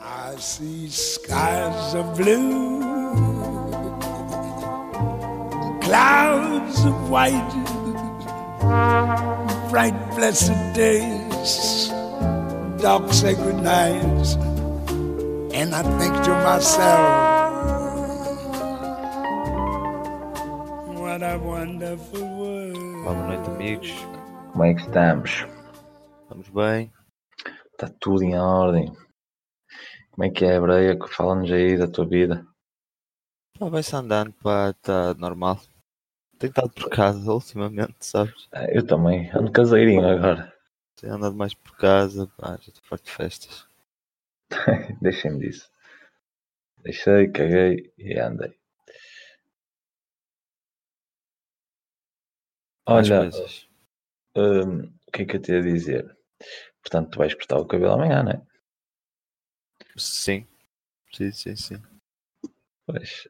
I see skies of blue, clouds of white, bright, blessed days, dark, sacred nights. And I think to myself, what a wonderful world. Boa noite, amigos. Como é que estamos? Estamos bem? Está tudo em ordem. Como é que é, Breia? Fala-nos aí da tua vida. Pá, vai-se andando, pá, está normal. Tenho estado por casa ultimamente, sabes? Ah, Eu também. Ando caseirinho agora. Tenho andado mais por casa, pá, já estou farto de festas. Deixem-me disso. Deixei, caguei e andei. Mais Olha, coisas. hum, o que é que eu te ia dizer? Portanto, tu vais cortar o cabelo amanhã, não é? Sim. Sim, sim, sim. Pois.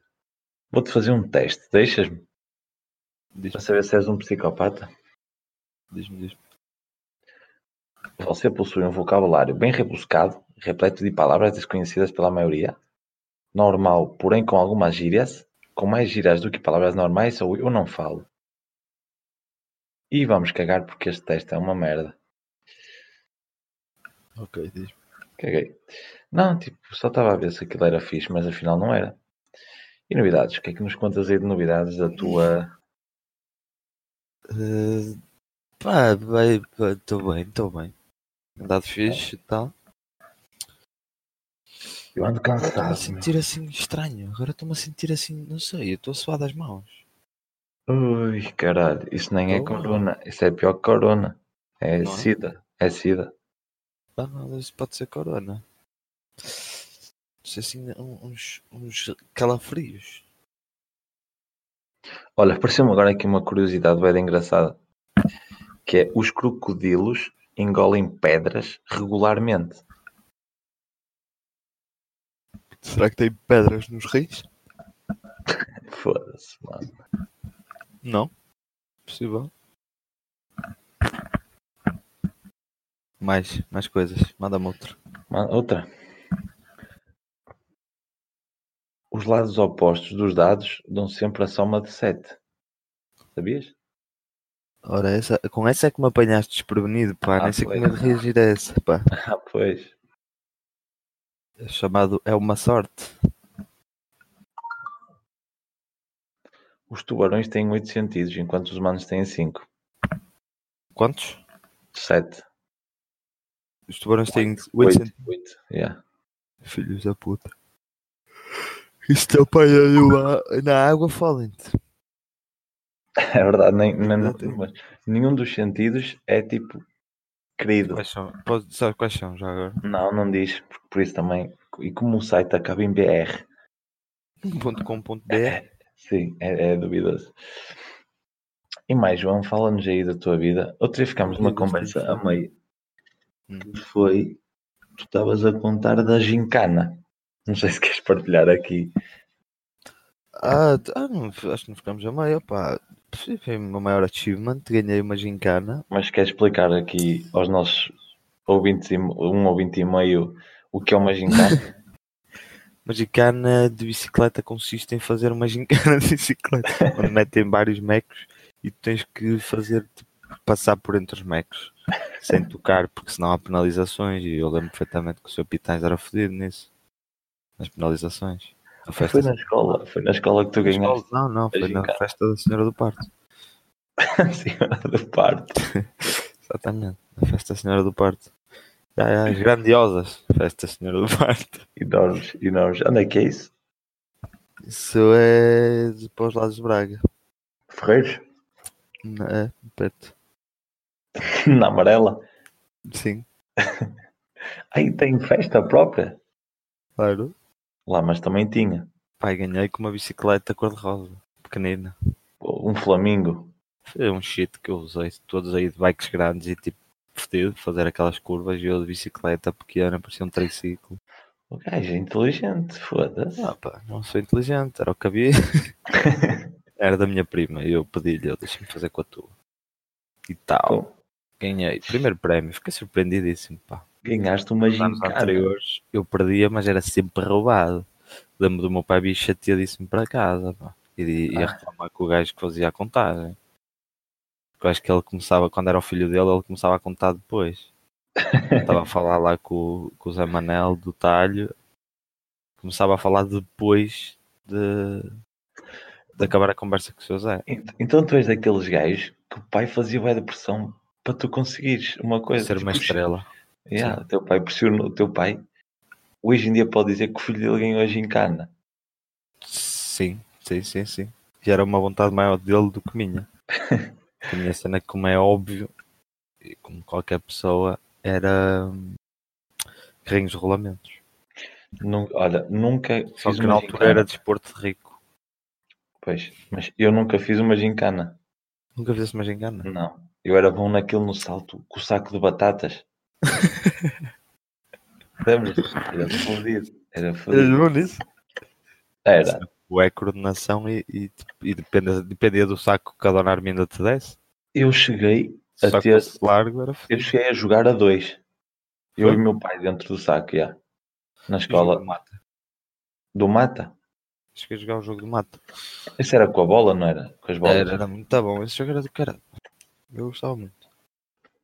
Vou-te fazer um teste. Deixas-me? Para Diz-me, saber se és um psicopata. diz-me, diz-me. Você possui um vocabulário bem rebuscado, repleto de palavras desconhecidas pela maioria, normal, porém com algumas gírias, com mais gírias do que palavras normais, ou eu não falo. E vamos cagar porque este teste é uma merda. Ok, diz-me. Caguei. Não, tipo, só estava a ver se aquilo era fixe, mas afinal não era. E novidades? O que é que nos contas aí de novidades da tua. Eh, pá, vai, pá, estou bem, estou bem. Andado fixe e tal. Eu ando Estou-me a cansado. sentir assim estranho. Agora estou-me a sentir assim, não sei, eu estou a suar das mãos. meu. Ui, caralho, isso nem é Oh. corona. Isso é pior que corona. É Não é? sida. É sida. Pá, não, isso pode ser corona. Isso assim, um- uns, uns calafrios. Olha, apareceu-me agora aqui uma curiosidade bem engraçada, que é os crocodilos engolem pedras regularmente. Será que tem pedras nos rios? Foda-se, mano. Não. Possível. Mais, mais coisas. Manda-me outro. Mano, Outra. Os lados opostos dos dados dão sempre a soma de 7. Sabias? Ora, essa, com essa é que me apanhaste desprevenido, pá. Ah, Nem sei foi. como é de reagir a essa, pá. Ah, pois. É chamado É uma sorte. Os tubarões têm 8 sentidos, enquanto os humanos têm 5. Quantos? 7. Os tubarões têm 8 8. centímetros. 8. Yeah. Filhos da puta. E se te apanharem lá na água, falem-te. É verdade, nem, nem- Exato. mas nenhum dos sentidos é tipo querido. Quais são? Podes- Sabes quais são já agora? Não, não diz, porque por isso também. E como o site acaba em BR, .com.br sim, é, é duvidoso. E mais, João, fala-nos aí da tua vida. Outro dia ficámos numa Diga-se, conversa diga-se. a meio. Hum. Que foi. Tu estavas a contar da gincana. Não sei se queres partilhar aqui. Ah, t- ah, não, acho que não ficamos a meio, pá. Sim, Foi o meu maior achievement, ganhei uma gincana. Mas queres explicar aqui aos nossos ouvintes, e- um ouvinte e meio, o que é uma gincana? Uma gincana de bicicleta consiste em fazer uma gincana de bicicleta, onde metem vários mecos e tu tens que fazer tipo, passar por entre os mecos, sem tocar, porque senão há penalizações. E eu lembro perfeitamente que o seu Pitães era fodido nisso, nas penalizações. A festa foi na escola. Foi na escola que tu da- ganhaste Não, não, foi na gincana. festa da Senhora do Parto. a senhora do parto. Exatamente, a festa da Senhora do Parto. Já, já, grandiosas, festa da Senhora do Parto. E dormes, e dormes. Onde é que é isso? Isso é de- para os lados de Braga, Ferreiros? na- é, perto. Na amarela? Sim, Aí tem festa própria? claro. Lá, mas também tinha. Pai, ganhei com uma bicicleta cor-de-rosa, pequenina. Um flamingo. Foi um shit que eu usei, todos aí de bikes grandes e tipo, fedido, fazer aquelas curvas e eu de bicicleta pequena, parecia um triciclo. O gajo é inteligente, foda-se. Ah pá, não sou inteligente, era o que havia. era da minha prima, e eu pedi-lhe, eu deixa-me fazer com a tua. E tal. Então, Ganhei. Primeiro prémio. Fiquei surpreendidíssimo, pá. Ganhaste uma Nos anos gincana. anteriores eu perdia, mas era sempre roubado. Lembro do meu pai vir chateadíssimo para casa pá. e e ia Ah. reclamar com o gajo que fazia a contagem. Porque eu acho que ele começava, quando era o filho dele, ele começava a contar depois. Estava a falar lá com, o- com o Zé Manel do Talho, começava a falar depois de, de acabar a conversa com o seu Zé. Ent- Então tu és daqueles gajos que o pai fazia bué de pressão para tu conseguires uma coisa. Ser uma tipo, estrela. Yeah, o teu pai pressiona o teu pai. Hoje em dia pode dizer que o filho dele ganhou a gincana. Sim, sim, sim, sim. Já era uma vontade maior dele do que minha. A minha cena, como é óbvio, e como qualquer pessoa, era hum, carrinhos de rolamentos. Nun- olha, nunca Só fiz que uma na altura gincana. era desporto de rico. Pois, mas eu nunca fiz uma gincana. Nunca fizeste uma engana. Não. Eu era bom naquilo no salto, com o saco de batatas. Lembras? Era fodido. Era fodido. nisso? Era. Ou é coordenação e, e, e depende- dependia do saco que a dona Arminda te desse. Eu cheguei Se A Só que ter- fosse largo era Eu cheguei a jogar a dois. Eu Foi? e meu pai dentro do saco, já. Na escola do mata. do mata. Cheguei a jogar o jogo do mata. Isso era com a bola, não era? Com as bolas. Era, era muito bom. Esse jogo era do caralho. Eu gostava muito.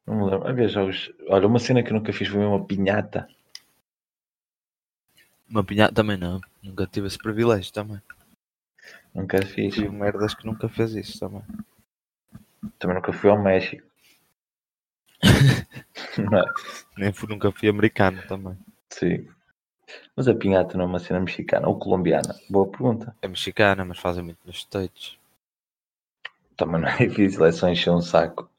Não me lembro. Havia jogos. Olha, uma cena que eu nunca fiz foi uma pinhata. Uma pinhata também não. Nunca tive esse privilégio também. Nunca fiz. Tive merdas que nunca fez isso também. Também nunca fui ao México. Não é? Nem fui, nunca fui americano também. Sim. Mas a pinhata não é uma cena mexicana ou colombiana? Boa pergunta. É mexicana, mas fazem muito nos States. Também não é difícil, é só encher um saco.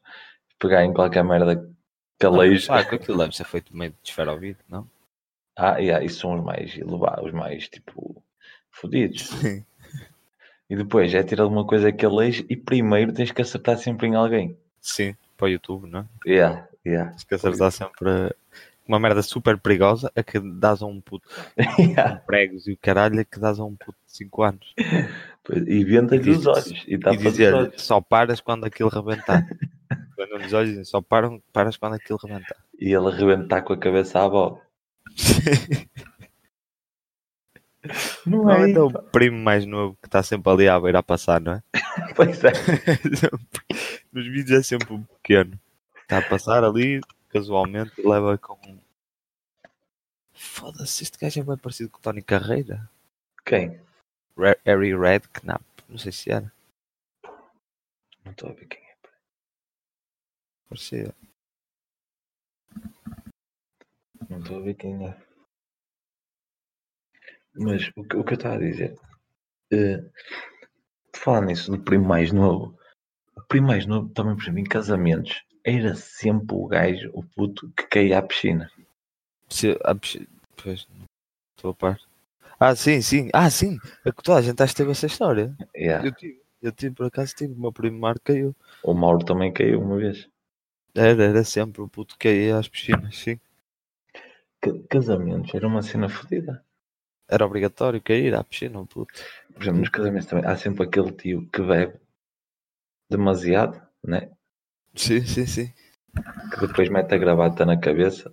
Pegar em qualquer merda calejo. Ah, que aquilo deve ser feito meio de desfer ao vidro, não? Ah, yeah, isso são os mais elevados, os mais tipo fodidos. Sim. E depois é tirar alguma coisa que aleije e primeiro tens que acertar sempre em alguém. Sim, para o YouTube, não é? Yeah, yeah. Esquecer de dar sempre uma merda super perigosa a que dás a um puto yeah. pregos e o caralho a que dás a um puto de 5 anos. Pois, E venta-lhe E os diz- olhos e e tapa os olhos. dizer só paras quando aquilo rebentar. quando nos olhos dizem só param, paras quando aquilo rebentar. E ele arrebentar com a cabeça à avó. Não Não é? é Então, o primo mais novo que está sempre ali à beira a passar, não é? pois é. Nos vídeos é sempre um pequeno. Está a passar ali, casualmente, e leva com. um- Foda-se, este gajo é bem parecido com o Tony Carreira. Quem? Re- Harry Redknapp, não sei se era. Não estou a ver quem é. Parecia. Não estou a ver quem é. Mas o que, o que eu estava a dizer. eh, falando nisso do primo mais novo. O primo mais novo também, por exemplo, em casamentos. Era sempre o gajo, o puto, que caía à piscina. Se- ah, pux- Pois, não estou a par. Ah, sim, sim, ah, sim. É que toda a gente acho que teve essa história. Yeah. Eu tive, eu tive, por acaso tive. O meu primo Marco caiu. É, O Mauro também caiu uma vez. Era, era sempre o puto que ia às piscinas, sim. Ca- Casamentos era uma cena fodida. Era obrigatório cair à piscina, o puto. Por exemplo, nos casamentos também há sempre aquele tio que bebe demasiado, né? Sim, sim, sim. que depois mete a gravata na cabeça.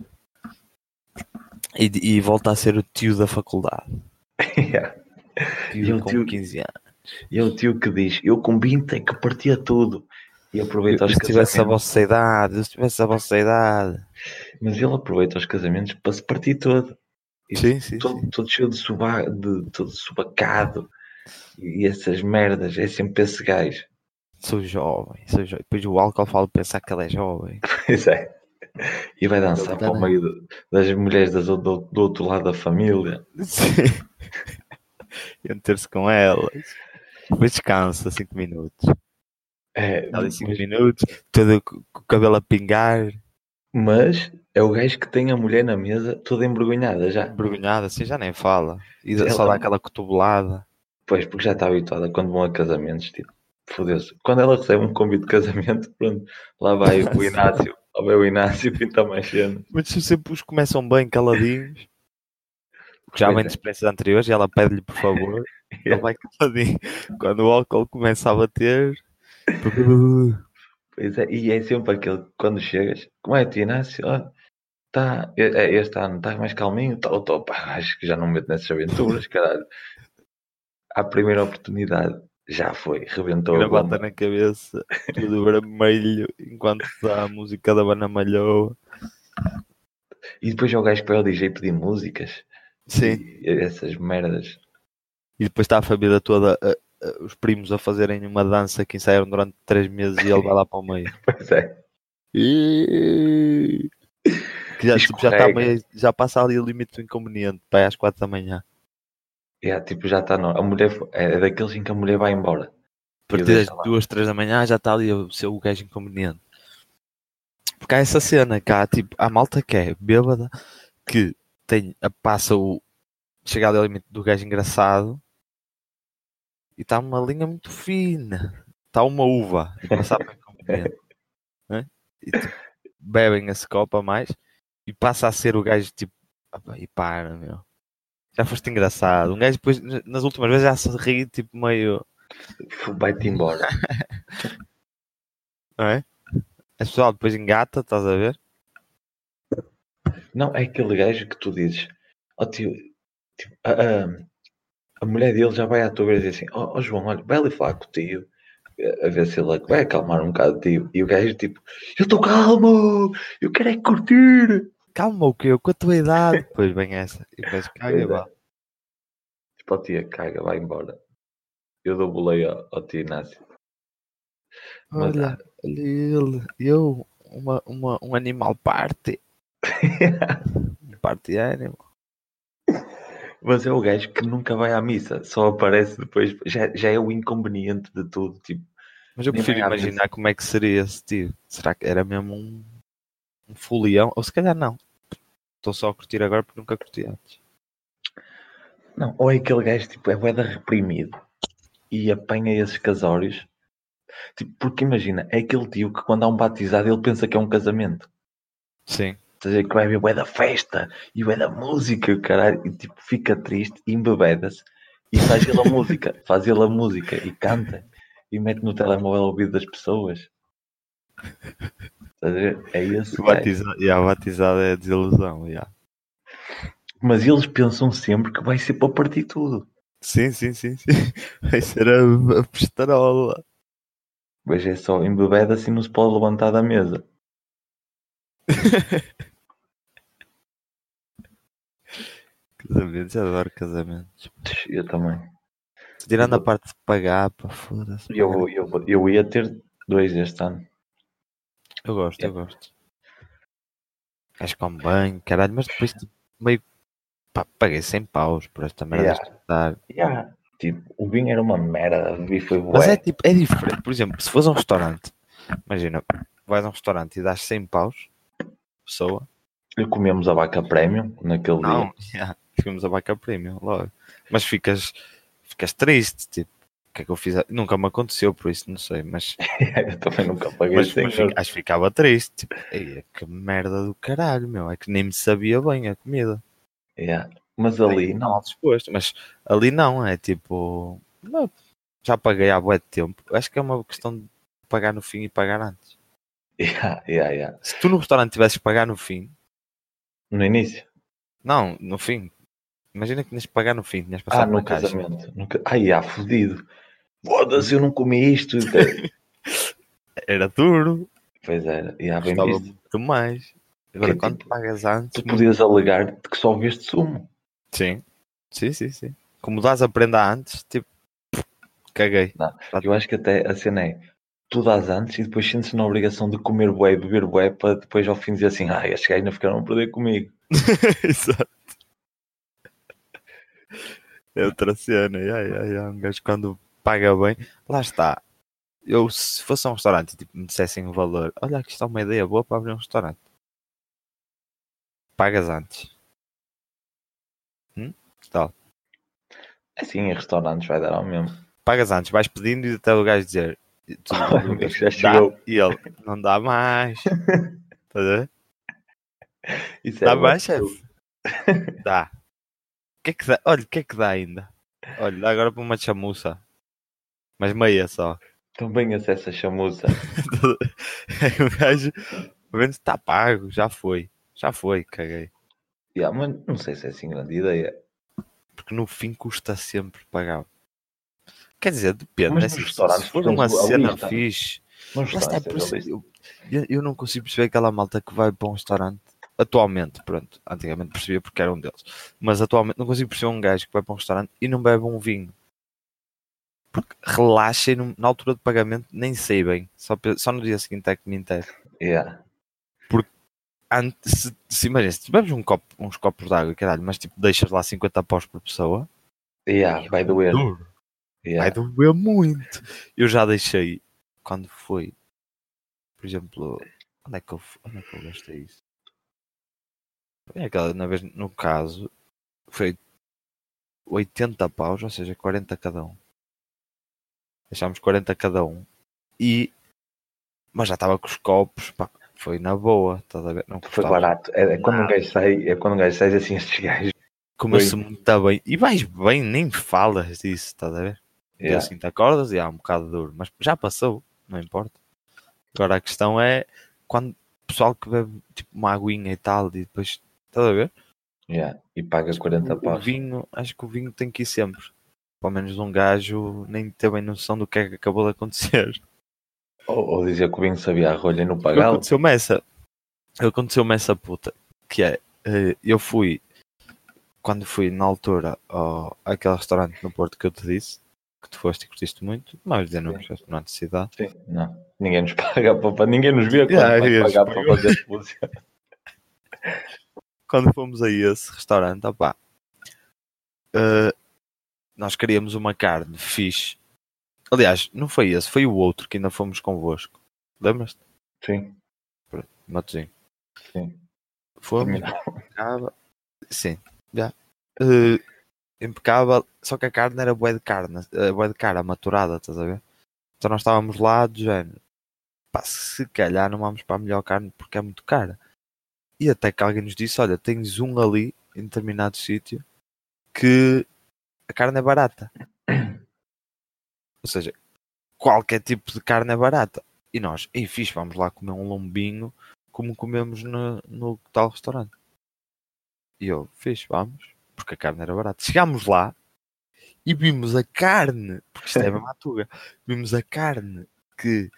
E, e volta a ser o tio da faculdade. Yeah. E Tio o com tio- 15 anos. E é o tio que diz: Eu com 20 é que partia tudo. E aproveita Eu, os Então, se tivesse a casamentos. vossa idade, eu se tivesse a vossa idade. Mas ele aproveita os casamentos para se partir todo. Isso Sim, sim, sim. Todo, todo cheio de, suba, de todo subacado. E e essas merdas. É sempre esse gajo. Sou jovem, sou jovem. Depois o álcool fala de pensar que ela é jovem. Pois é. E vai dançar Ele tá, né? para o também. meio do- das mulheres das, ou- do, do outro lado da família. E meter-se com elas. Depois descansa 5 minutos. É, Ela 5 mas, minutos, todo co- com o cabelo a pingar, mas é o gajo que tem a mulher na mesa toda envergonhada já. envergonhada, assim já nem fala. E Ela- só dá aquela cotovelada. Pois, porque já está habituada quando vão a casamentos, tipo, fodeu-se. Quando ela recebe um convite de casamento, pronto, lá vai o Inácio, lá vai o Inácio pinta mais cenas. Mas se sempre os começam bem caladinhos. Já Pois vem é. de experiências anteriores e ela pede-lhe por favor. Ele vai caladinho. Quando o álcool começa a bater. Pois é, e é sempre aquele, que quando chegas, como é, tio Inácio? Ah, Tá, e- é, este ano está mais calminho. Tô, tô, pá, acho que já não me meto nessas aventuras, caralho. À primeira oportunidade, já foi, rebentou a Gravata bomba. na cabeça, tudo vermelho, enquanto dá a música da Bana Malhoa. E depois é o gajo que vai ao DJ pedir músicas. Sim. E essas merdas. E depois está a família toda, a- a- os primos a fazerem uma dança que ensaiaram durante três meses e ele vai lá para o meio. Pois é. E- Que já, tipo, já, tá Escorrega. meio- já passa ali o limite do inconveniente, pai, às quatro da manhã. E há, tipo, já está. A mulher fo- é daqueles em que a mulher vai embora. A partir das duas, três da manhã já está ali o seu gajo inconveniente. Porque há essa cena cá, tipo, a malta que é bêbada, que tem, a- passa o. chega ali ao limite do gajo engraçado e está uma linha muito fina. Está uma uva então engraçado para é inconveniente. né? E tipo, bebem esse copo a mais e passa a ser o gajo tipo. "Opa, E para, meu. Já foste engraçado. Um gajo depois, nas últimas vezes, já se ri, tipo, meio. Fu- Vai-te embora. não é? A pessoa depois engata, estás a ver? Não, é aquele gajo que tu dizes. Ó tio, tipo, a, a- a mulher dele já vai à tua beira e diz assim: Ó ó, João, olha, vai ali falar com o tio. eh, A ver se ele vai acalmar um bocado o tio. E o gajo, tipo, eu estou calmo, eu quero é curtir. Calma o que eu, com a tua idade. Depois vem essa. E depois caga, vá. Tipo, ó tia, caga, vai embora. Eu dou boleia ao, ao tio Inácio. Mas, Olha, olha ah, ele. Eu, uma, uma, um animal party. um party animal. Mas é o gajo que nunca vai à missa, só aparece depois, já, já é o inconveniente de tudo. Tipo, Mas eu Nem prefiro vai à missa. imaginar como é que seria esse tio. Será que era mesmo um, um folião? Ou se calhar não. Estou só a curtir agora porque nunca curti antes. não, ou é aquele gajo tipo, é boeda reprimido e apanha esses casórios. Tipo, porque imagina, é aquele tio que quando há um batizado ele pensa que é um casamento. Sim. Ou seja, que vai haver bué da festa e bué da música e o caralho. E tipo, fica triste, embebeda-se e faz ele a música. Faz ele a música e canta e mete no telemóvel ao ouvido das pessoas. Estás a ver? É esse O gajo. batizado, yeah, o batizado é a desilusão. Yeah. Mas eles pensam sempre que vai ser para partir tudo. Sim, sim, sim, sim. Vai ser a, a pistarola. Mas é só embebeda assim não se pode levantar da mesa. Casamentos, eu adoro casamentos. Eu também. Tirando a Eu- parte de pagar, pá, foda-se. Eu, pagar. vou- eu, vou- eu ia ter dois este ano. Eu gosto, eu gosto. Acho que é um banho, caralho, mas depois tipo, meio. Pá, paguei 100 paus por esta merda Yeah. de espetáculo. Yeah. Tipo, o vinho era uma merda. O vinho foi bué. Mas é tipo, é diferente. Por exemplo, se fores a um restaurante, imagina, vais a um restaurante e dás 100 paus, pessoa. E comemos a vaca premium naquele dia. Não, yeah, ficamos a vaca premium, logo. Mas ficas, ficas triste, tipo. O que é que eu fiz? a- Nunca me aconteceu, por isso não sei, mas Eu também nunca paguei Mas, sem mas euro. fica- acho que ficava triste. Tipo, "Ei, que merda do caralho, meu. É que nem me sabia bem a comida. Yeah. Mas ali, não. Mal disposto. Mas ali não, é tipo. não, já paguei há bué de tempo. Acho que é uma questão de pagar no fim e pagar antes. Yeah, yeah, yeah. Se tu no restaurante tivesses que pagar no fim, No início. não, no fim. Imagina que tinhas que pagar no fim, tinhas que passar Ah, por no uma caixa. casamento. No ca- Ai, ah, fodido. Foda-se, eu não comi isto. e tal. Era duro, pois era. Yeah, bem gostava visto. muito mais. Agora, Que é quando tipo- pagas antes. Tu podias alegar que só viste sumo. Sim, sim, sim, sim. Como dás a prenda antes, tipo, caguei. Eu acho que até a cena é tu dás antes e depois sentes na obrigação de comer bué e beber bué para depois ao fim dizer assim, ai, estes gajos não ficaram a perder comigo. Exato. É outra cena, yeah, yeah, yeah. um gajo quando paga bem, lá está. Eu, se fosse a um restaurante e tipo, me dissessem o valor, olha, aqui está uma ideia boa para abrir um restaurante. Pagas antes. Hum? Que tal? Assim, em restaurantes vai dar ao mesmo. Pagas antes, vais pedindo e até o gajo dizer. e tu perguntas, Já "Dá?" chegou. E ele, não dá mais. Estás a ver? Isso é Dá bué mais, absurdo. tá chefe? Dá. O que é que dá? Olha, o que é que dá ainda? Olha, dá agora para uma chamuça. Mas meia só. Também acessa Então a chamuça. Aí o gajo, pelo menos está tá pago, já foi. Já Já foi, caguei. Yeah, mas não sei se é assim grande ideia. Porque no fim custa sempre pagar. Quer dizer, depende. Mas é nos assim, restaurantes se for uma tens o- a cena lista. fixe. Não está, Lá está, é seja por isso, é realista. eu, eu- eu não consigo perceber aquela malta que vai para um restaurante. Atualmente, pronto, antigamente percebia porque era um deles, mas atualmente não consigo perceber um gajo que vai para um restaurante e não bebe um vinho porque relaxa e não- na altura do pagamento nem sei bem, só, pe- só no dia seguinte é que me interessa. Yeah. Ante- se, se, imagina, se tu bebes um copo, uns copos de água, caralho, mas tipo deixas lá 50 paus por pessoa, Yeah, vai doer. duro. Vai Yeah. doer muito. Eu já deixei quando foi, por exemplo, onde é que eu, fu- onde é que eu gastei isso? Foi aquela, na vez, no caso, foi 80 paus, ou seja, 40 cada um. Deixámos 40 cada um. E, mas já estava com os copos, pá, foi na boa, estás a ver? Não Foi custava. barato. É, é quando Ah. um gajo sai, é quando um gajo sai diz assim estes gajos. Começou muito bem. E vais bem, nem falas disso, estás a ver? Yeah. Yeah. Assim, te acordas e há um bocado de dor, mas já passou, não importa. Agora a questão é quando o pessoal que bebe tipo uma aguinha e tal, e depois, estás a ver? Yeah. E paga 40 O paus. vinho, acho que o vinho tem que ir sempre. Pelo menos um gajo nem tem bem noção do que é que acabou de acontecer. Ou, ou dizer que o vinho sabia a rolha e não O que pagá-lo. Aconteceu-me essa. Aconteceu-me essa puta. Que é, eh, eu fui, quando fui na altura ao, àquele restaurante no Porto que eu te disse, que tu foste e curtiste muito, mas dizer não, não há necessidade. Sim. Não. Ninguém nos paga para- para ninguém nos vê quando Yeah, vai eles pagar para fazer expulsão. quando fomos a esse restaurante, opá, eh, nós queríamos uma carne fixe. Aliás, não foi esse, foi o outro que ainda fomos convosco. Lembras-te? Sim. Matozinho. Sim. Fomos, Também não. impecável. Sim, já. Eh, impecável, só que a carne era bué de carne, eh, bué de cara, maturada, estás a ver? Então nós estávamos lá do género. Pá, se calhar não vamos para a melhor carne porque é muito cara. E até que alguém nos disse, olha, tens um ali, em determinado sítio, que a carne é barata. Ou seja, qualquer tipo de carne é barata. E nós, ei fixe, vamos lá comer um lombinho como comemos no, no tal restaurante. E eu, fiz, vamos, porque a carne era barata. Chegámos lá e vimos a carne, porque isto é mesmo à tuga, vimos a carne que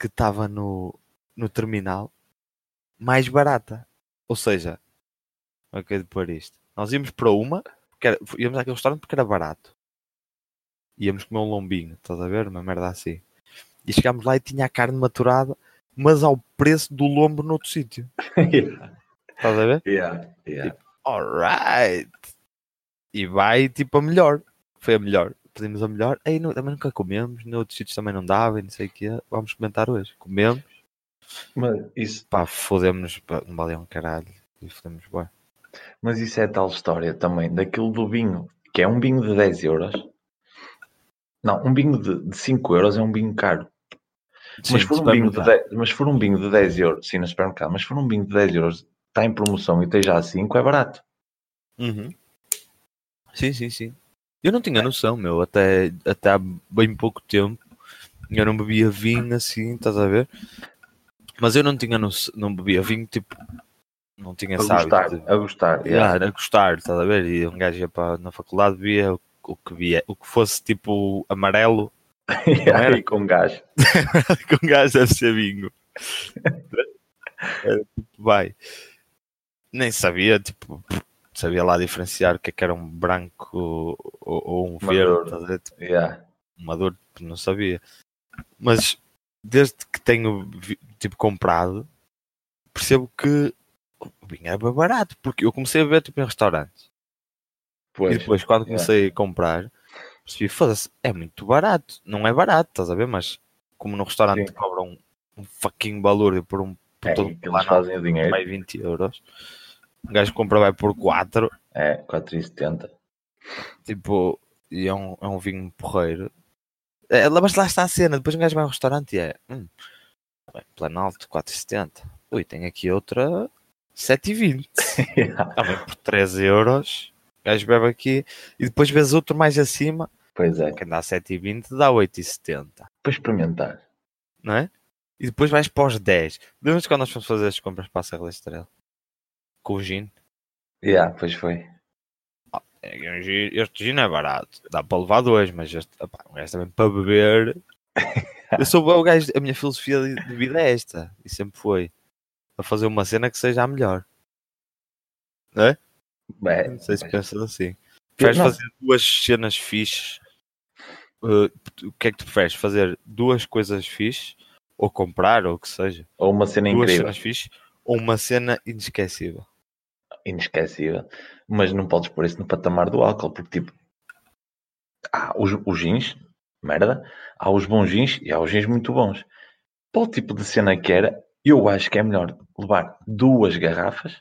que estava no, no terminal mais barata. Ou seja, como é que eu ia pôr isto? Nós íamos para uma, porque era, íamos àquele restaurante porque era barato. Íamos comer um lombinho, estás a ver? Uma merda assim. E chegámos lá e tinha a carne maturada, mas ao preço do lombo noutro sítio. Yeah. Estás a ver? Yeah. Yeah. alright. E vai tipo a melhor. Foi a melhor. Pedimos a melhor. Aí nu- também nunca comemos. Noutros sítios também não dava e não sei o quê. Vamos comentar hoje. Comemos. Mas isso, Pá, fodemos. pá, Não valia um caralho. E fodemos bem. Mas isso é tal história também, daquilo do vinho, que é um vinho de 10 euros. Não, um vinho de, de 5 euros é um vinho caro. mas, for um vinho de 10, mas for um vinho de 10 euros, sim, no supermercado, mas for um vinho de 10 euros, está em promoção e esteja a 5, é barato. Uhum. Sim, sim, sim. Eu não É. tinha noção, meu. Até, até há bem pouco tempo eu não bebia vinho assim, estás a ver? Mas eu não tinha noção. Não bebia vinho tipo. Não tinha A sábio. gostar, a gostar. yeah. Yeah, era gostar, estás a ver? E um gajo ia para, na faculdade via o, o que via, o que fosse tipo amarelo, Yeah, era? e com gás. com gajo deve ser vinho. Era tipo, vai. Nem sabia, tipo, sabia lá diferenciar o que é que era um branco ou, ou um verde, Maduro. estás a ver? Tipo, Yeah. uma dor, tipo, não sabia. Mas desde que tenho vi- tipo comprado, percebo que o vinho era bem barato, porque eu comecei a beber tipo em restaurantes. Pois. É. E depois, quando yeah. comecei a comprar, percebi, foda-se, é muito barato. Não é barato, estás a ver? Mas como no restaurante Sim. cobram um fucking valor por um por é, todo e que eles lá não, fazem o dinheiro. vai 20 euros. Um gajo compra vai por 4, É, 4,70. tipo, e é um, é um vinho porreiro. É, lá- mas lá está a cena, depois um gajo vai ao restaurante e é hum, bem, Planalto 4,70. Ui, tem aqui outra 7,20. Yeah. Também por 3 euros. O gajo bebe aqui e depois vês outro mais acima. Pois é. Quem dá 7,20 dá 8,70, Para experimentar. não é? E depois vais para os 10. Lembras quando nós fomos fazer as compras para a Serra da Estrela? com gin. Yeah, pois foi. É que um gin- Este gin é barato, dá para levar dois, mas este, opá, um gajo também para beber. Eu sou o gajo, a minha filosofia de de vida é esta, e sempre foi. A fazer uma cena que seja a melhor. Bem, Não sei se mas- pensas assim. Preferes não. fazer duas cenas fixes? Uh, o que é que tu preferes? Fazer duas coisas fixes? Ou comprar, ou o que seja. Ou uma cena Duas É incrível, cenas fixes? Ou uma cena inesquecível? inesquecível, mas não podes pôr isso no patamar do álcool, porque tipo, há os, os gins, merda, há os bons gins e há os gins muito bons. Para o tipo de cena que era, eu acho que é melhor levar duas garrafas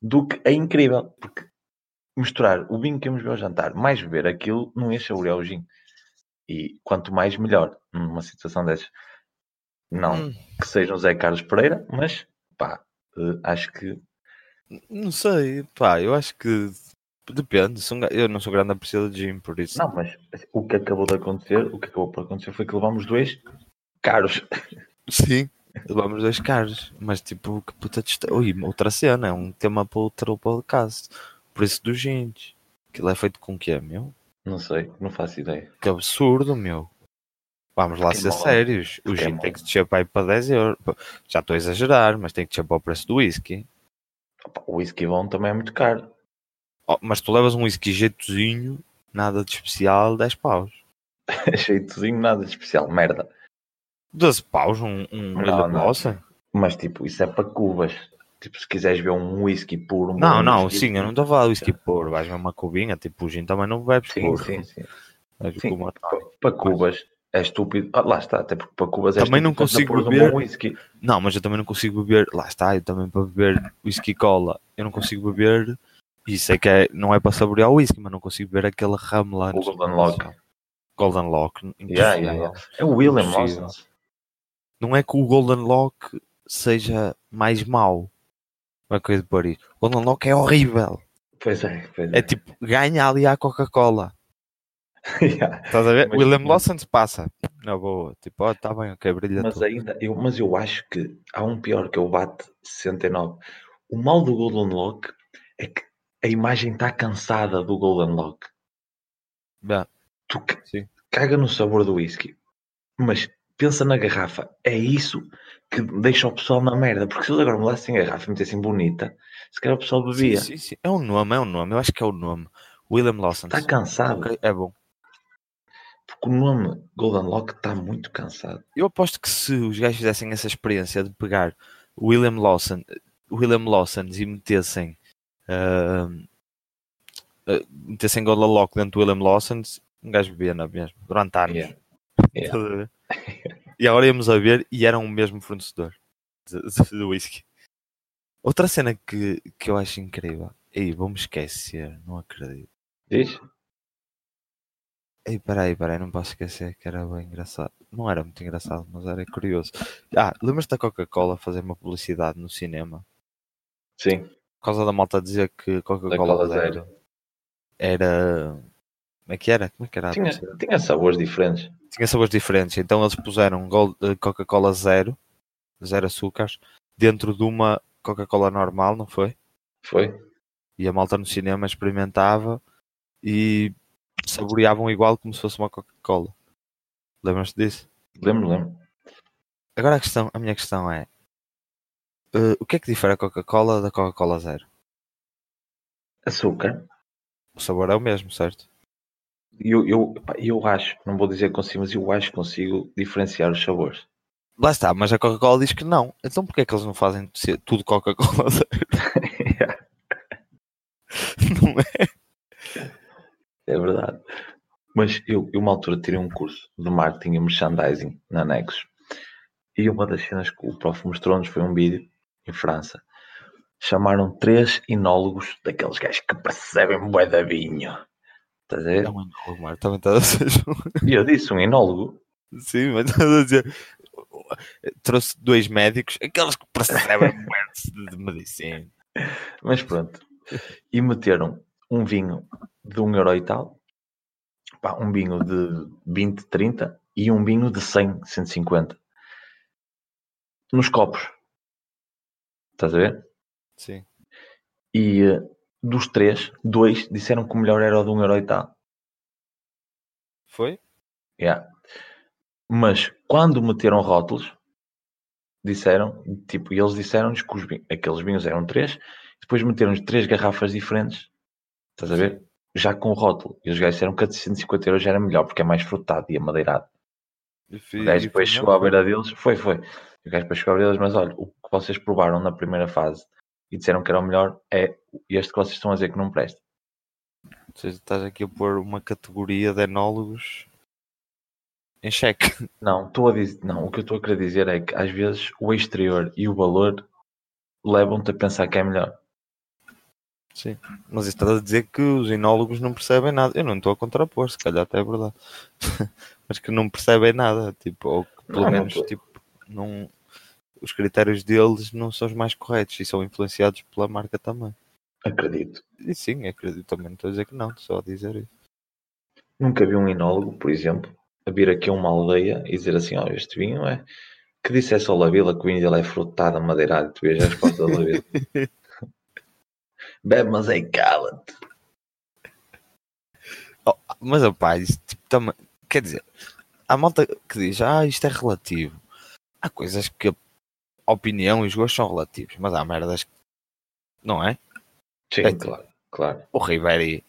do que é incrível, porque misturar o vinho que íamos beber ao jantar, mais beber aquilo, não ia saborear o gin. E quanto mais, melhor, numa situação dessas. Não Hum, que seja o Zé Carlos Pereira, mas pá, eh, acho que não sei, pá, eu acho que depende. sou um ga- eu não sou grande apreciador de gym, por isso. Não, mas o que acabou de acontecer, o que acabou por acontecer foi que levámos dois caros. Sim. Levamos dois carros, mas tipo, que puta de esta- Ui, outra cena, é um tema para outro podcast. Preço dos gins. Aquilo é feito com o quê, meu? Não sei, não faço ideia. Que absurdo, meu. Vamos lá Fiquei ser mal. sérios. O Fiquei gin mal. tem que descer para aí para 10 euros. Pô, Já estou a exagerar, mas tem que descer para o preço do whisky. Opa, O whisky bom também é muito caro. Oh, mas tu levas um whisky jeitozinho, nada de especial, 10 paus. Jeitozinho, nada de especial, merda. 12 paus, um, um Não, Ilha não. Nossa? Mas tipo, isso é para cubas. Tipo, se quiseres ver um whisky puro. um Não, bom não, whisky- sim, eu não estou a falar de whisky puro. Vais ver uma cubinha, tipo, o gin também não bebes Sim, puro. sim, sim. Bebes sim. com uma Pa- Para cubas é estúpido. Ah, lá está, até porque para cubas é Também não estúpido consigo pôr um beber. bom whisky. Não, mas eu também não consigo beber. Lá está, eu também para beber whisky e cola. Eu não consigo beber. E sei que é- não é para saborear o whisky, mas não congo beber aquele ram lá. O no- Golden Lock. Golden Lock. impossível. Yeah, yeah, yeah. É o William Impossível. Lawson. Não é que o Golden Lock seja mais mau. Uma coisa de Paris. O Golden Lock é horrível. Pois é, pois é. É tipo, ganha ali à Coca-Cola. Yeah. Estás a ver? Mas- William mas- Lawson se passa. Na boa. Tipo, ó, está bem, ok, brilha Mas tudo. ainda, eu, mas eu acho que há um pior que é o bate 69. O mal do Golden Lock é que a imagem está cansada do Golden Lock. Bem, Tu c- Sim. caga no sabor do whisky, mas pensa na garrafa. É isso que deixa o pessoal na merda. Porque se eles agora mudassem a garrafa e metessem bonita, se calhar o pessoal sim, bebia. sim, sim. É um nome, é um nome. Eu acho que é o nome. William Lawson. Está cansado. Ok, é bom. Porque o nome Golden Lock está muito cansado. Eu aposto que se os gajos fizessem essa experiência de pegar o William Lawson, William Lawson e metessem ah, ah, metessem Golden Lock dentro do William Lawson, um gajo bebia na mesma, durante anos. Yeah. Estás a ver? e agora íamos a ver e eram o mesmo fornecedor de- de- do whisky. Outra cena que, que eu acho incrível. Ei, vou-me esquecer, não acredito. Diz? Ei, peraí, peraí, não posso esquecer que era bem engraçado. Não era muito engraçado, mas era curioso. Ah, lembras-te da Coca-Cola fazer uma publicidade no cinema? Sim. Por causa da malta dizer que Da Cola Coca-Cola Zero. zero era. Como é que era? Como é que era? a Tinha, publicidade? tinha sabores diferentes. tinha sabores diferentes. Então eles puseram Gol- eh, Coca-Cola zero, zero açúcares, dentro de uma Coca-Cola normal, não foi? Foi? E a malta no cinema experimentava e saboreavam igual como se fosse uma Coca-Cola. Lembras-te disso? Lembro, lembro. Agora a questão, a minha questão é eh, o que é que difere a Coca-Cola da Coca-Cola zero? Açúcar. O sabor é o mesmo, certo? Eu, eu, pá, eu acho, não vou dizer que consigo, mas eu acho que consigo diferenciar os sabores. Lá está, mas a Coca-Cola diz que não. Então porquê é que eles não fazem se- tudo Coca-Cola zero? Não é? É verdade. Mas eu, eu uma altura tirei um curso de marketing e merchandising na Nexus. E uma das cenas que o prof mostrou-nos foi um vídeo em França. Chamaram três enólogos daqueles gajos que percebem bué da vinho. Estás a ver? É um enólogo, Mário. Também estás a ser justo. E eu disse, um enólogo? Sim, mas estás a dizer. Trouxe dois médicos, aqueles que percebem muito de medicina. Mas pronto. E meteram um vinho de 1 euro e tal, pá, um vinho de 20, 30 e um vinho de 100, 150. Nos copos. Estás a ver? Sim. E eh, dos três, dois disseram que o melhor era o de um euro e tal. Foi? Yeah. Mas quando meteram rótulos, disseram, tipo, e eles disseram-nos que os vinhos, aqueles vinhos eram três, depois meteram-nos três garrafas diferentes, estás a ver? Já com o rótulo. E os gajos disseram que a de 150 euros já era melhor, porque é mais frutado e amadeirado. E fi- e O é? gajo foi depois mesmo? chegou à beira deles, foi, foi. O gajo depois chegou à beira deles, mas olha, o que vocês provaram na primeira fase e disseram que era o melhor é este que vocês estão a dizer que não presta. Ou seja, estás aqui a pôr uma categoria de enólogos em xeque. Não, estou a dizer, não, o que eu estou a querer dizer é que às vezes o exterior e o valor levam-te a pensar que é melhor. Mas estás a dizer que os enólogos não percebem nada. Eu não estou a contrapor, se calhar até é verdade. Mas que não percebem nada, tipo, ou que pelo Não, não menos tô. tipo, não... os critérios deles não são os mais corretos e são influenciados pela marca também. Acredito. E sim, acredito também, não estou a dizer que não, estou só a dizer isso. Nunca vi um enólogo, por exemplo, a vir aqui a uma aldeia e dizer assim, olha, este vinho é... Que dissesse ao Lavila que o vinho dele é frutado, madeirado, e tu vês a resposta do Lavila. Bebe, mas é cala-te. Ah, Mas rapaz, isso tipo, também. Quer dizer, há malta que diz, ah, isto é relativo. Há coisas que a opinião e os gostos são relativos, mas há merdas que. Não é? Sim, É. claro, claro. O Ribéry,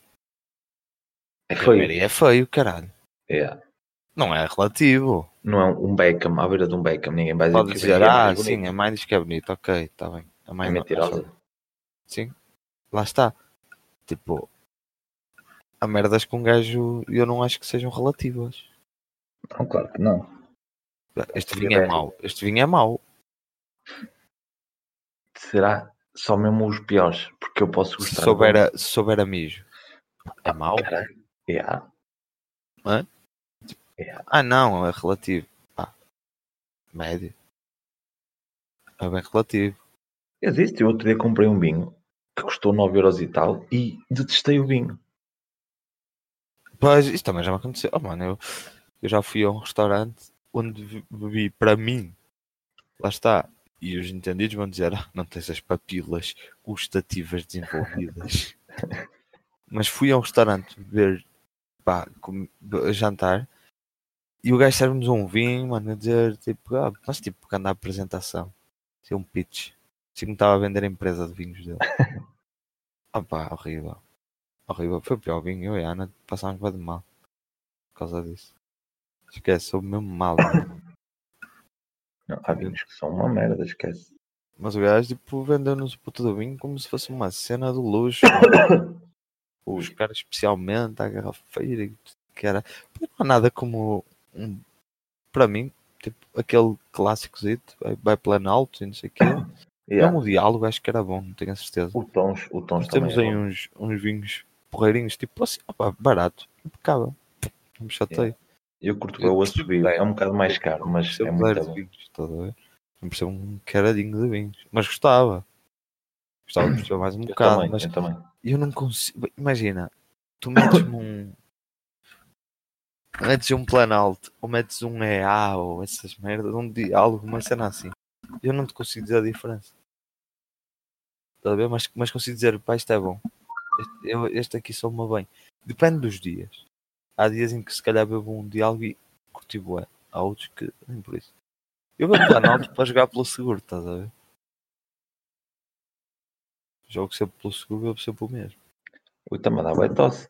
É o feio. Ribéry é feio, caralho. Yeah. Não é relativo. Não é um Beckham, à beira de um Beckham, ninguém vai dizer Pode que o dizer, Beckham é ah, mais bonito." sim, a mãe diz que é bonito, ok, está bem. A mãe É não- mentirosa. Sim, lá está. Tipo, há merdas que um gajo eu não acho que sejam relativas. Não, claro que não. Este vinho é mau, este vinho é mau. Será só mesmo os piores, porque eu posso Se gostar. souber, a, se souber a mijo, é mau. Caralho. Yeah. Ah, não, é relativo. Ah, médio. É bem relativo. Existe, eu outro dia comprei um vinho que custou 9 euros e tal e detestei o vinho. Pois, isso também já me aconteceu. Oh, mano, eu, eu já fui a um restaurante onde be- bebi para mim. Lá está. E os entendidos vão dizer, ah, não tens as papilas gustativas desenvolvidas. Mas fui a um restaurante beber, pá, com- be- jantar. E o gajo serve-nos um vinho, mano, a dizer, tipo, ah, mas tipo, que anda a apresentação. Tinha um pitch. Assim que me estava a vender a empresa de vinhos dele. Ah pá, horrível. Horrível. Foi o pior vinho. Eu e a Ana passámos bem de mal. Por causa disso. Esquece, soube mesmo mal. né? mano. Não, há vinhos que são uma merda, esquece. Mas o gajo, tipo, vendeu-nos o puto do vinho como se fosse uma cena de luxo. mano. Os caras especialmente, a garrafeira e tudo que era. Pô, Não há nada como, um, para mim, tipo, aquele clássicozito, vai, vai planalto e não sei o quê. Yeah. Mesmo o diálogo acho que era bom, não tenho a certeza. O tons, o tons Nós temos também. aí é bom. uns, uns vinhos porreirinhos, tipo assim, opa, barato, impecável. Não me chatei. Eu curto bem o assobio, é um bocado mais caro, mas é Percebo muito zero de bom. vinhos, estás a ver? Não percebo um caralhinho de vinhos. Mas gostava. Gostava de perceber mais um Eu bocado. também, mas eu também. eu não consigo. Imagina, tu metes-me um. Metes um planalto, ou metes um EA, ou essas merdas, um diálogo, uma cena assim. Eu não te consigo dizer a diferença. Estás a ver? Mas, mas consigo dizer, pá, isto é bom. Este, eu- este aqui só me bem. Depende dos dias. Há dias em que se calhar bebo um diálogo e curti bué. Há outros que nem por isso. Eu bebo planalto para jogar pelo seguro, estás a ver? Jogo sempre pelo seguro, bebo sempre o mesmo. O também dá bem tosse.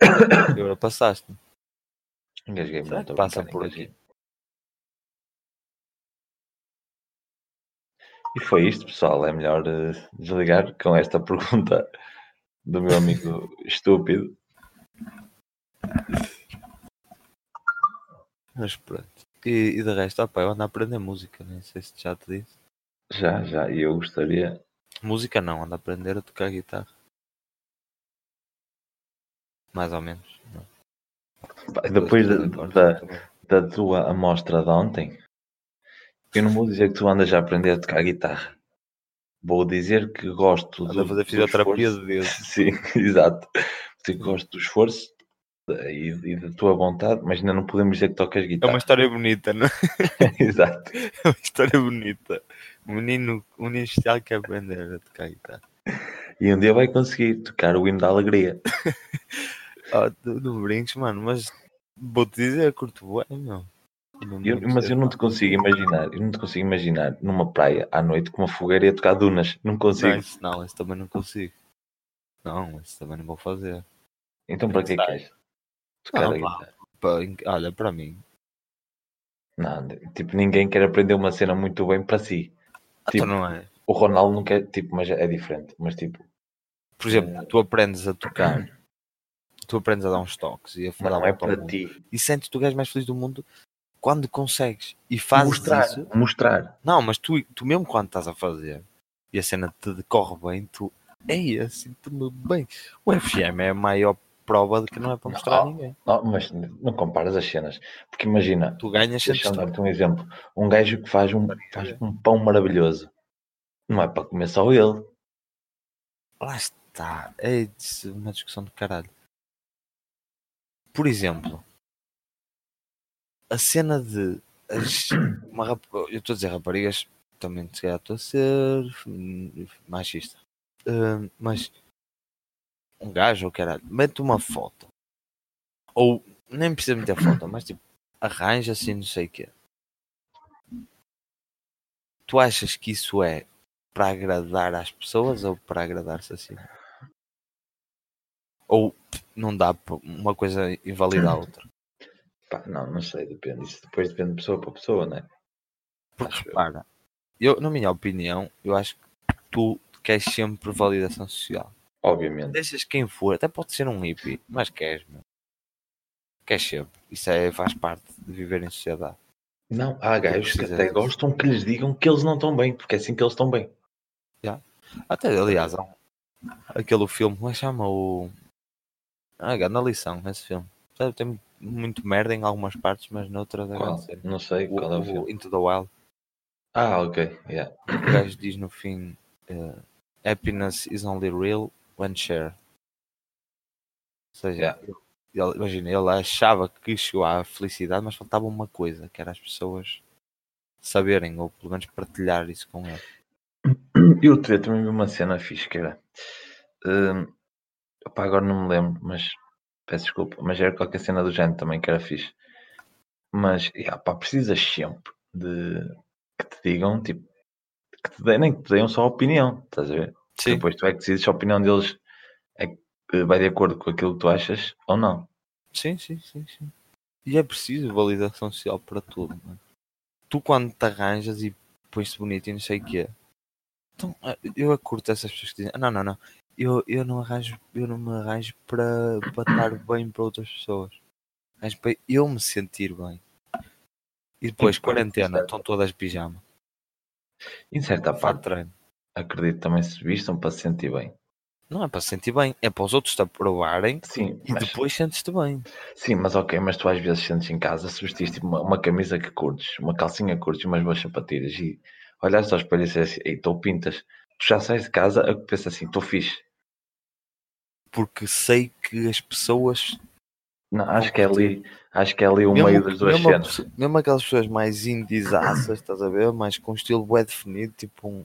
E agora passaste. Engasguei-me. Certo, estou a passa brincar, por engasguei. E foi isto, pessoal. É melhor eh, desligar com esta pergunta do meu amigo estúpido. Mas pronto. E, e de resto, opa, eu ando a aprender música, nem sei se já te disse. Já, já. E eu gostaria. Música não, ando a aprender a tocar guitarra. Mais ou menos. não. Pá, Depois da, Agora da, também. da tua amostra de ontem, eu não vou dizer que tu andas a aprender a tocar guitarra. Vou dizer que gosto Ando a fazer do fisioterapia esforço- de Deus. Sim, exato. Que gosto do esforço e, e da tua vontade, mas ainda não podemos dizer que tocas É uma guitarra. história bonita, não é? exato. Um É uma história bonita. O menino, o menino especial quer aprender a tocar guitarra. E um dia vai conseguir tocar o hino da alegria. Oh, tu- não brinques, mano, mas vou-te dizer, curto bué, meu. Não Eu- brinques, mas eu não te consigo imaginar, eu não te consigo imaginar numa praia à noite com uma fogueira e a tocar dunas. Não Não, consigo. isso, não, isso também não consigo. Não, isso também não vou fazer. Então para que é que és? Tocar Não, a pá. guitarra. Pá, olha, para mim, Não, tipo, ninguém quer aprender uma cena muito bem para si. então Tipo, não é. O Ronaldo não quer, tipo, mas é diferente. Mas tipo, Por É. exemplo, tu aprendes a tocar, tu aprendes a dar uns toques e a não, falar é bem para o para mundo. ti. E sentes-te o gajo mais feliz do mundo quando consegues e fazes mostrar, isso. mostrar. Não, mas tu, tu mesmo quando estás a fazer e a cena te decorre bem, tu. Ei, eu sinto-me bem. O FGM é a maior prova de que não é para mostrar a Não. ninguém. Não, mas não comparas as cenas. Porque imagina, Tu ganhas, sentes deixa-me dar-te um exemplo. Um gajo que faz um, faz um pão maravilhoso. Não é para comer só ele. Lá está. É dis- uma discussão de caralho. Por exemplo, a cena de. as- uma rap- Eu estou a dizer raparigas, também se calhar estou a ser hum, machista. Hum, mas um gajo ou caralho, mete uma foto. Ou nem precisa meter foto, mas tipo, arranja assim não sei o quê. Tu achas que isso é para agradar às pessoas ou para agradar-se a si? Ou não dá para uma coisa invalida a outra? Pá, não, não sei, depende. Isso depois depende de pessoa para pessoa, não é? Porque repara, eu, na minha opinião, eu acho que tu queres sempre validação social. Obviamente. Deixas quem for, até pode ser um hippie, mas queres, meu. Queres sempre. Isso é, faz parte de viver em sociedade. Não, há gajos que precisa até disso. gostam que lhes digam que eles não estão bem, porque é assim que eles estão bem. Até, aliás, há um- aquele filme, como é que chama o. Ah, grande lição, esse filme. Sabe, Tem muito merda em algumas partes, mas noutras é Qual? grande cena. Não sei O- qual é o o filme. Into the Wild. Ah, ok. yeah. O gajo diz no fim: eh, Happiness is only real when shared. Ou seja, Yeah. ele- imagina, ele achava que chegou à felicidade, mas faltava uma coisa, que era as pessoas saberem, ou pelo menos partilhar isso com ele. Eu outro dia também vi uma cena fixe que era. hum, opá, agora não me lembro, mas peço desculpa. Mas era qualquer cena do género também que era fixe. Mas yeah, pá, precisas sempre de que te digam, tipo, que te deem, nem que te deem só a opinião, estás a ver? Depois tu é que decides se a opinião deles é que vai de acordo com aquilo que tu achas ou não. Sim, sim, sim, sim. E é preciso validação social para tudo, mano. Tu quando te arranjas e pões-te bonito e não sei o quê. Então, ah, eu curto essas pessoas que dizem, "Ah, não, não, não. Eu, eu não arranjo, eu não me arranjo para, para estar bem para outras pessoas. Mas para eu me sentir bem. E depois, Sim, claro, quarentena, certo. estão todas de pijama. Em certa Faz parte, treino. acredito também se vistam para se sentir bem. Não é para se sentir bem, é para os outros te aprovarem Sim, e tipo, mas, depois sentes-te bem. sim, mas ok, mas tu às vezes sentes em casa, se vestiste tipo, uma, uma camisa que curtes, uma calcinha que curtes, umas boas sapatilhas e olhaste ao espelho e disseste, ei, tu pintas. Tu já sais de casa a que pensa assim, estou fixe. Porque sei que as pessoas Não, acho que é ali, acho que é ali o Mesmo- meio das duas mesmo a cenas. pessoa- mesmo aquelas pessoas mais indizaças, estás a ver? Mas com um estilo bem definido, tipo um.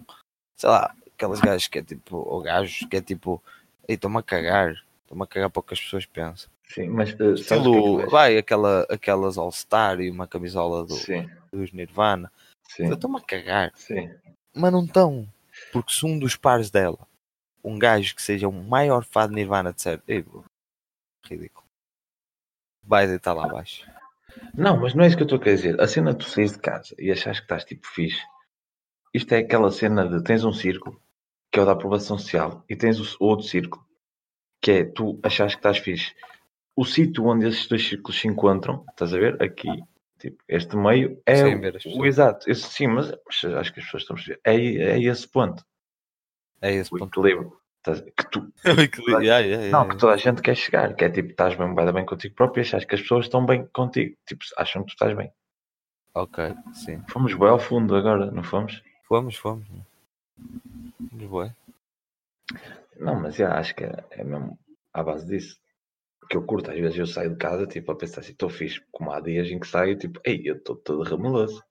Sei lá, aquelas gajas que é tipo. Ou gajos que é tipo. Ei, estou-me a cagar. Estou-me a cagar para o que as pessoas pensam. Sim, mas eh, sabes o que é que eu Estilo. acho? vai, aquela, aquelas All-Star e uma camisola do, Sim, dos Nirvana. Eu sim, Estou-me a cagar. sim. Mas não estão. Porque se um dos pares dela, um gajo que seja o maior fã de Nirvana, disser. Ei, bro, ridículo. Vai deitar lá abaixo. Não, mas não é isso que eu estou a querer dizer. A cena de tu saís de casa e achas que estás tipo fixe. Isto é aquela cena de tens um círculo, que é o da aprovação social, e tens o s- outro círculo, que é tu achas que estás fixe. O sítio onde esses dois círculos se encontram, estás a ver? Aqui, tipo, este meio é Sem o, ver as o pessoas. exato. Esse, sim, mas, mas acho que as pessoas estão a perceber. É, é esse ponto, É esse o ponto. É. equilíbrio. estás a ver? Que tu, Yeah, yeah, yeah, não, yeah. que toda a gente quer chegar, que é tipo, estás bem, bué da bem contigo próprio e achas que as pessoas estão bem contigo. Tipo, acham que tu estás bem. Ok, sim. Fomos bem ao fundo agora, não fomos? Fomos, fomos. né? Fomos bué. Não, mas já, acho que é, é mesmo à base disso. Que eu curto, às vezes eu saio de casa tipo, a pensar assim, estou fixe, como há dias em que saio, tipo, ei, eu estou todo remeloso.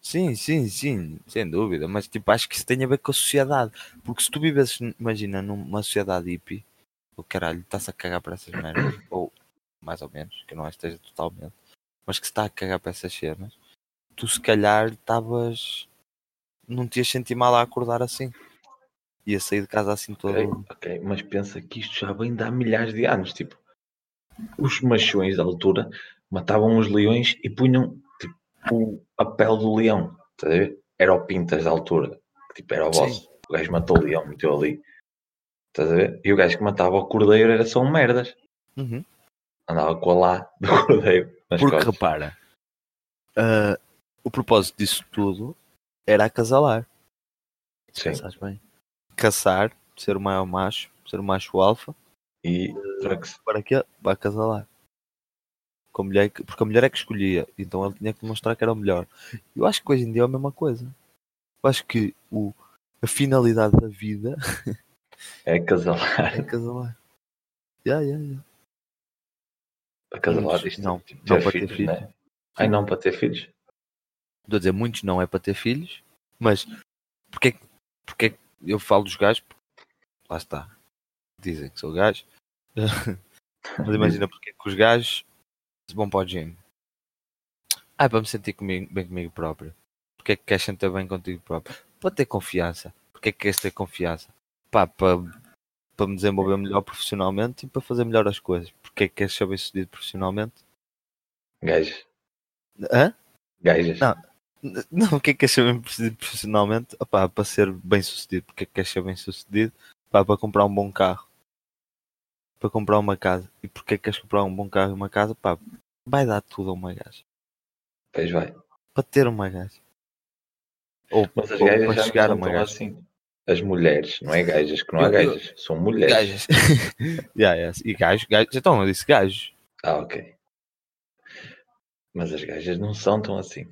Sim, sim, sim, sem dúvida, mas tipo, acho que isso tem a ver com a sociedade. Porque se tu vives, imagina, numa sociedade hippie, o caralho, está-se a cagar para essas merdas, ou mais ou menos, que não esteja totalmente, mas que se está a cagar para essas cenas, tu se calhar estavas. não te ias sentir mal a acordar assim. Ia sair de casa assim todo. Ok, ok, mas pensa que isto já vem de há milhares de anos. Tipo, os machões da altura matavam os leões e punham tipo, o- a pele do leão. Estás a ver? Era o Pintas da altura. que, Tipo, era o Sim. boss. O gajo matou o leão, meteu ali. Estás a ver? E o gajo que matava o cordeiro era só um merdas. Uhum. Andava com a lá do cordeiro. Nas Porque costas. repara, ah, o propósito disso tudo era acasalar. Sim. Pensaste bem. Caçar, ser o maior macho, ser o macho alfa, E Drax. para quê? Para acasalar. Com a mulher que- porque a mulher é que escolhia, então ele tinha que demonstrar que era o melhor. Eu acho que hoje em dia é a mesma coisa. Eu acho que o, a finalidade da vida é acasalar. é acasalar. Yeah, yeah, yeah. Acasalar Muitos isto. não, tipo, não para ter filhos. né? Ai não, para ter filhos? Estou a dizer, muitos não é para ter filhos, mas porque é que, porque é que eu falo dos gajos? Lá está. Dizem que sou gajo. mas imagina porque é que os gajos se vão para o gym. Ah, é para me sentir comigo- bem comigo próprio. Porque é que queres sentir bem contigo próprio? Para ter confiança. Porque é que queres ter confiança? Pá, para, para me desenvolver melhor profissionalmente e para fazer melhor as coisas. Porque é que queres ser bem sucedido profissionalmente? Gajas. Hã? Gajas. Não. N- Não, o que é que queres ser bem sucedido profissionalmente? Opá, para ser bem sucedido, porque é que queres ser bem sucedido? Pá, para comprar um bom carro, para comprar uma casa. E porque é que queres comprar um bom carro e uma casa? Pá, vai dar tudo a uma gaja. Pois vai. Para ter uma gaja. Ou, Mas as ou gajas para já chegar a não uma são tão gaja. assim. As mulheres, não é gajas, que não há Eu- eu- gajas, são mulheres. Gajas. yeah, yeah. E gajos, gajos. Então, eu disse gajos. Ah, ok. Mas as gajas não são tão assim,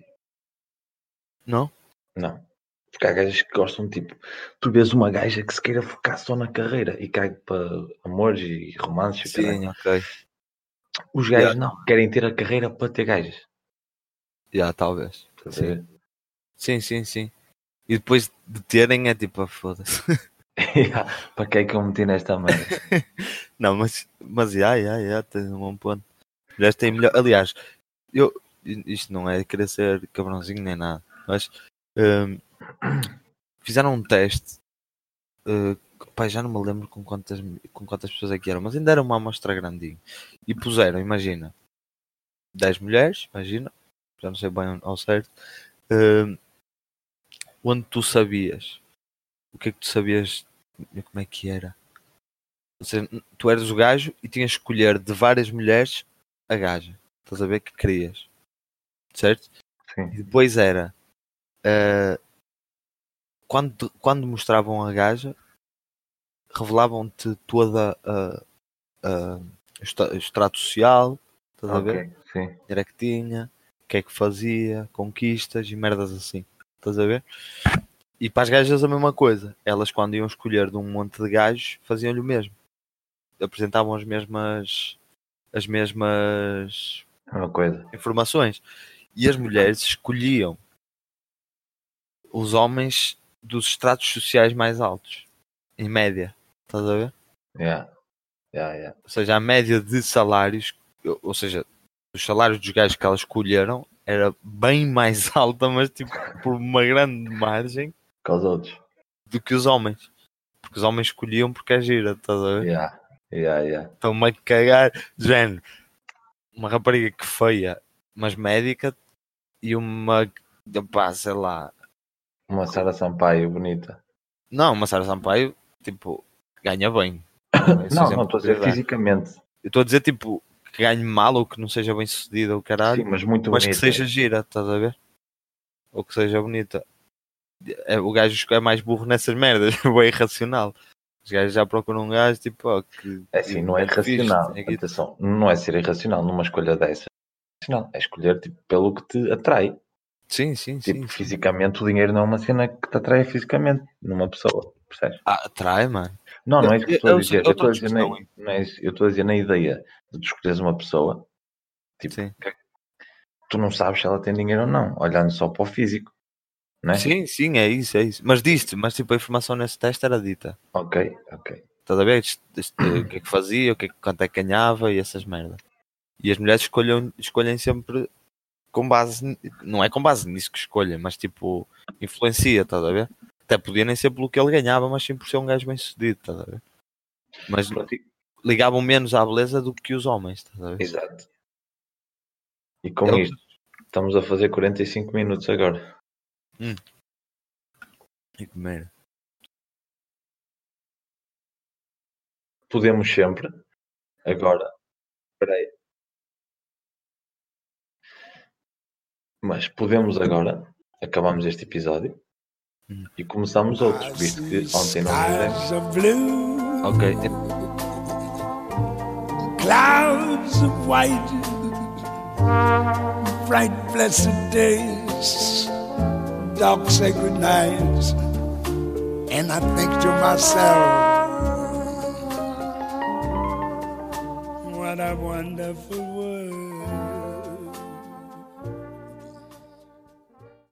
Não? não. Porque há gajas que gostam, tipo, tu vês uma gaja que se queira focar só na carreira e cai para amores e romances. e o caralho. Sim, ok. Os gajos não, querem ter a carreira para ter gajas. Já, talvez. Estás a Sim. ver? Sim, sim, sim. E depois de terem é tipo, ah, foda-se. Ya, para que é que eu meti nesta merda? Não, mas, mas, já, já, já, tens um bom ponto. Mulheres têm melhor. Aliás, eu. Isto não é querer ser cabrãozinho nem nada, mas. hum, fizeram um teste. eh, pá, já não me lembro com quantas, com quantas pessoas aqui eram, mas ainda era uma amostra grandinha. E puseram, imagina, 10 mulheres, imagina, já não sei bem ao certo, hum, onde tu sabias. O que é que tu sabias? Como é que era? Ou seja, tu eras o gajo e tinhas de escolher de várias mulheres a gaja. Estás a ver que querias. Certo? Sim. E depois era. ah, quando, quando mostravam a gaja, revelavam-te toda a. a- o esta- o extrato social, estás a ver? ok, sim. dinheiro é que tinha, o que é que fazia, conquistas e merdas assim. Estás a ver? E para as gajas a mesma coisa. Elas quando iam escolher de um monte de gajos faziam-lhe o mesmo. Apresentavam as mesmas as mesmas É uma coisa. informações. E as mulheres escolhiam os homens dos estratos sociais mais altos. Em média. Estás a ver? Ya, ya, ya. ou seja, a média de salários, ou- ou seja, os salários dos gajos que elas escolheram era bem mais alta, mas tipo por uma grande margem Com os outros. do que os homens. Porque os homens escolhiam porque é gira, estás a ver? Ya, ya, ya. Estão-me a cagar. De Género, uma rapariga que feia, mas médica, e uma, pá, sei lá, Uma Sara Sampaio bonita. não, uma Sara Sampaio, tipo, ganha bem. Esse Não, exemplo não, estou a dizer que eu ia dar. fisicamente. Eu estou a dizer, tipo, que ganhe mal ou que não seja bem sucedida, o caralho. Sim, mas muito mas que bonita. seja gira, estás a ver? Ou que seja bonita. É, o gajo é mais burro nessas merdas, é irracional. Os gajos já procuram um gajo tipo, ó, que. É assim, não é que fixe, irracional. tem aqui- Atenção, não é ser irracional numa escolha dessa. Irracional, É escolher tipo, pelo que te atrai. Sim, sim, sim. Tipo, sim. fisicamente, o dinheiro não é uma cena que te atrai fisicamente numa pessoa. Percebes? Ah, atrai, mano. Não, não é isso que eu estou Eu- a eu- dizer. eu Eu estou a dizer, estou a na, discussão, hein? não é isso. eu estou a dizer na ideia de tu escolheres uma pessoa, tipo, Sim. tu não sabes se ela tem dinheiro ou não, olhando só para o físico. não é? Sim, sim, é isso, é isso. Mas disse, mas tipo, a informação nesse teste era dita. Ok, ok. Estás a ver? Isto- isto- o que é que fazia, o que é que, quanto é que ganhava e essas merdas. E as mulheres escolhem, escolhem sempre com base, ni- não é com base nisso que escolhem, mas tipo, influencia, estás a ver? Até podia nem ser pelo que ele ganhava, mas sim por ser um gajo bem sucedido, estás a ver? Mas ligavam menos à beleza do que os homens, estás a ver? Exato. E com Então- isto, estamos a fazer 45 minutos agora. E que merda. Podemos sempre. Agora. Espera aí. Mas podemos agora. Acabamos este episódio. Hum. E começamos I outros, visto que see ontem não fizemos. skies of blue. Ok, tipo, clouds of white, bright blessed days, dark sacred nights, and I think to myself, what a wonderful world.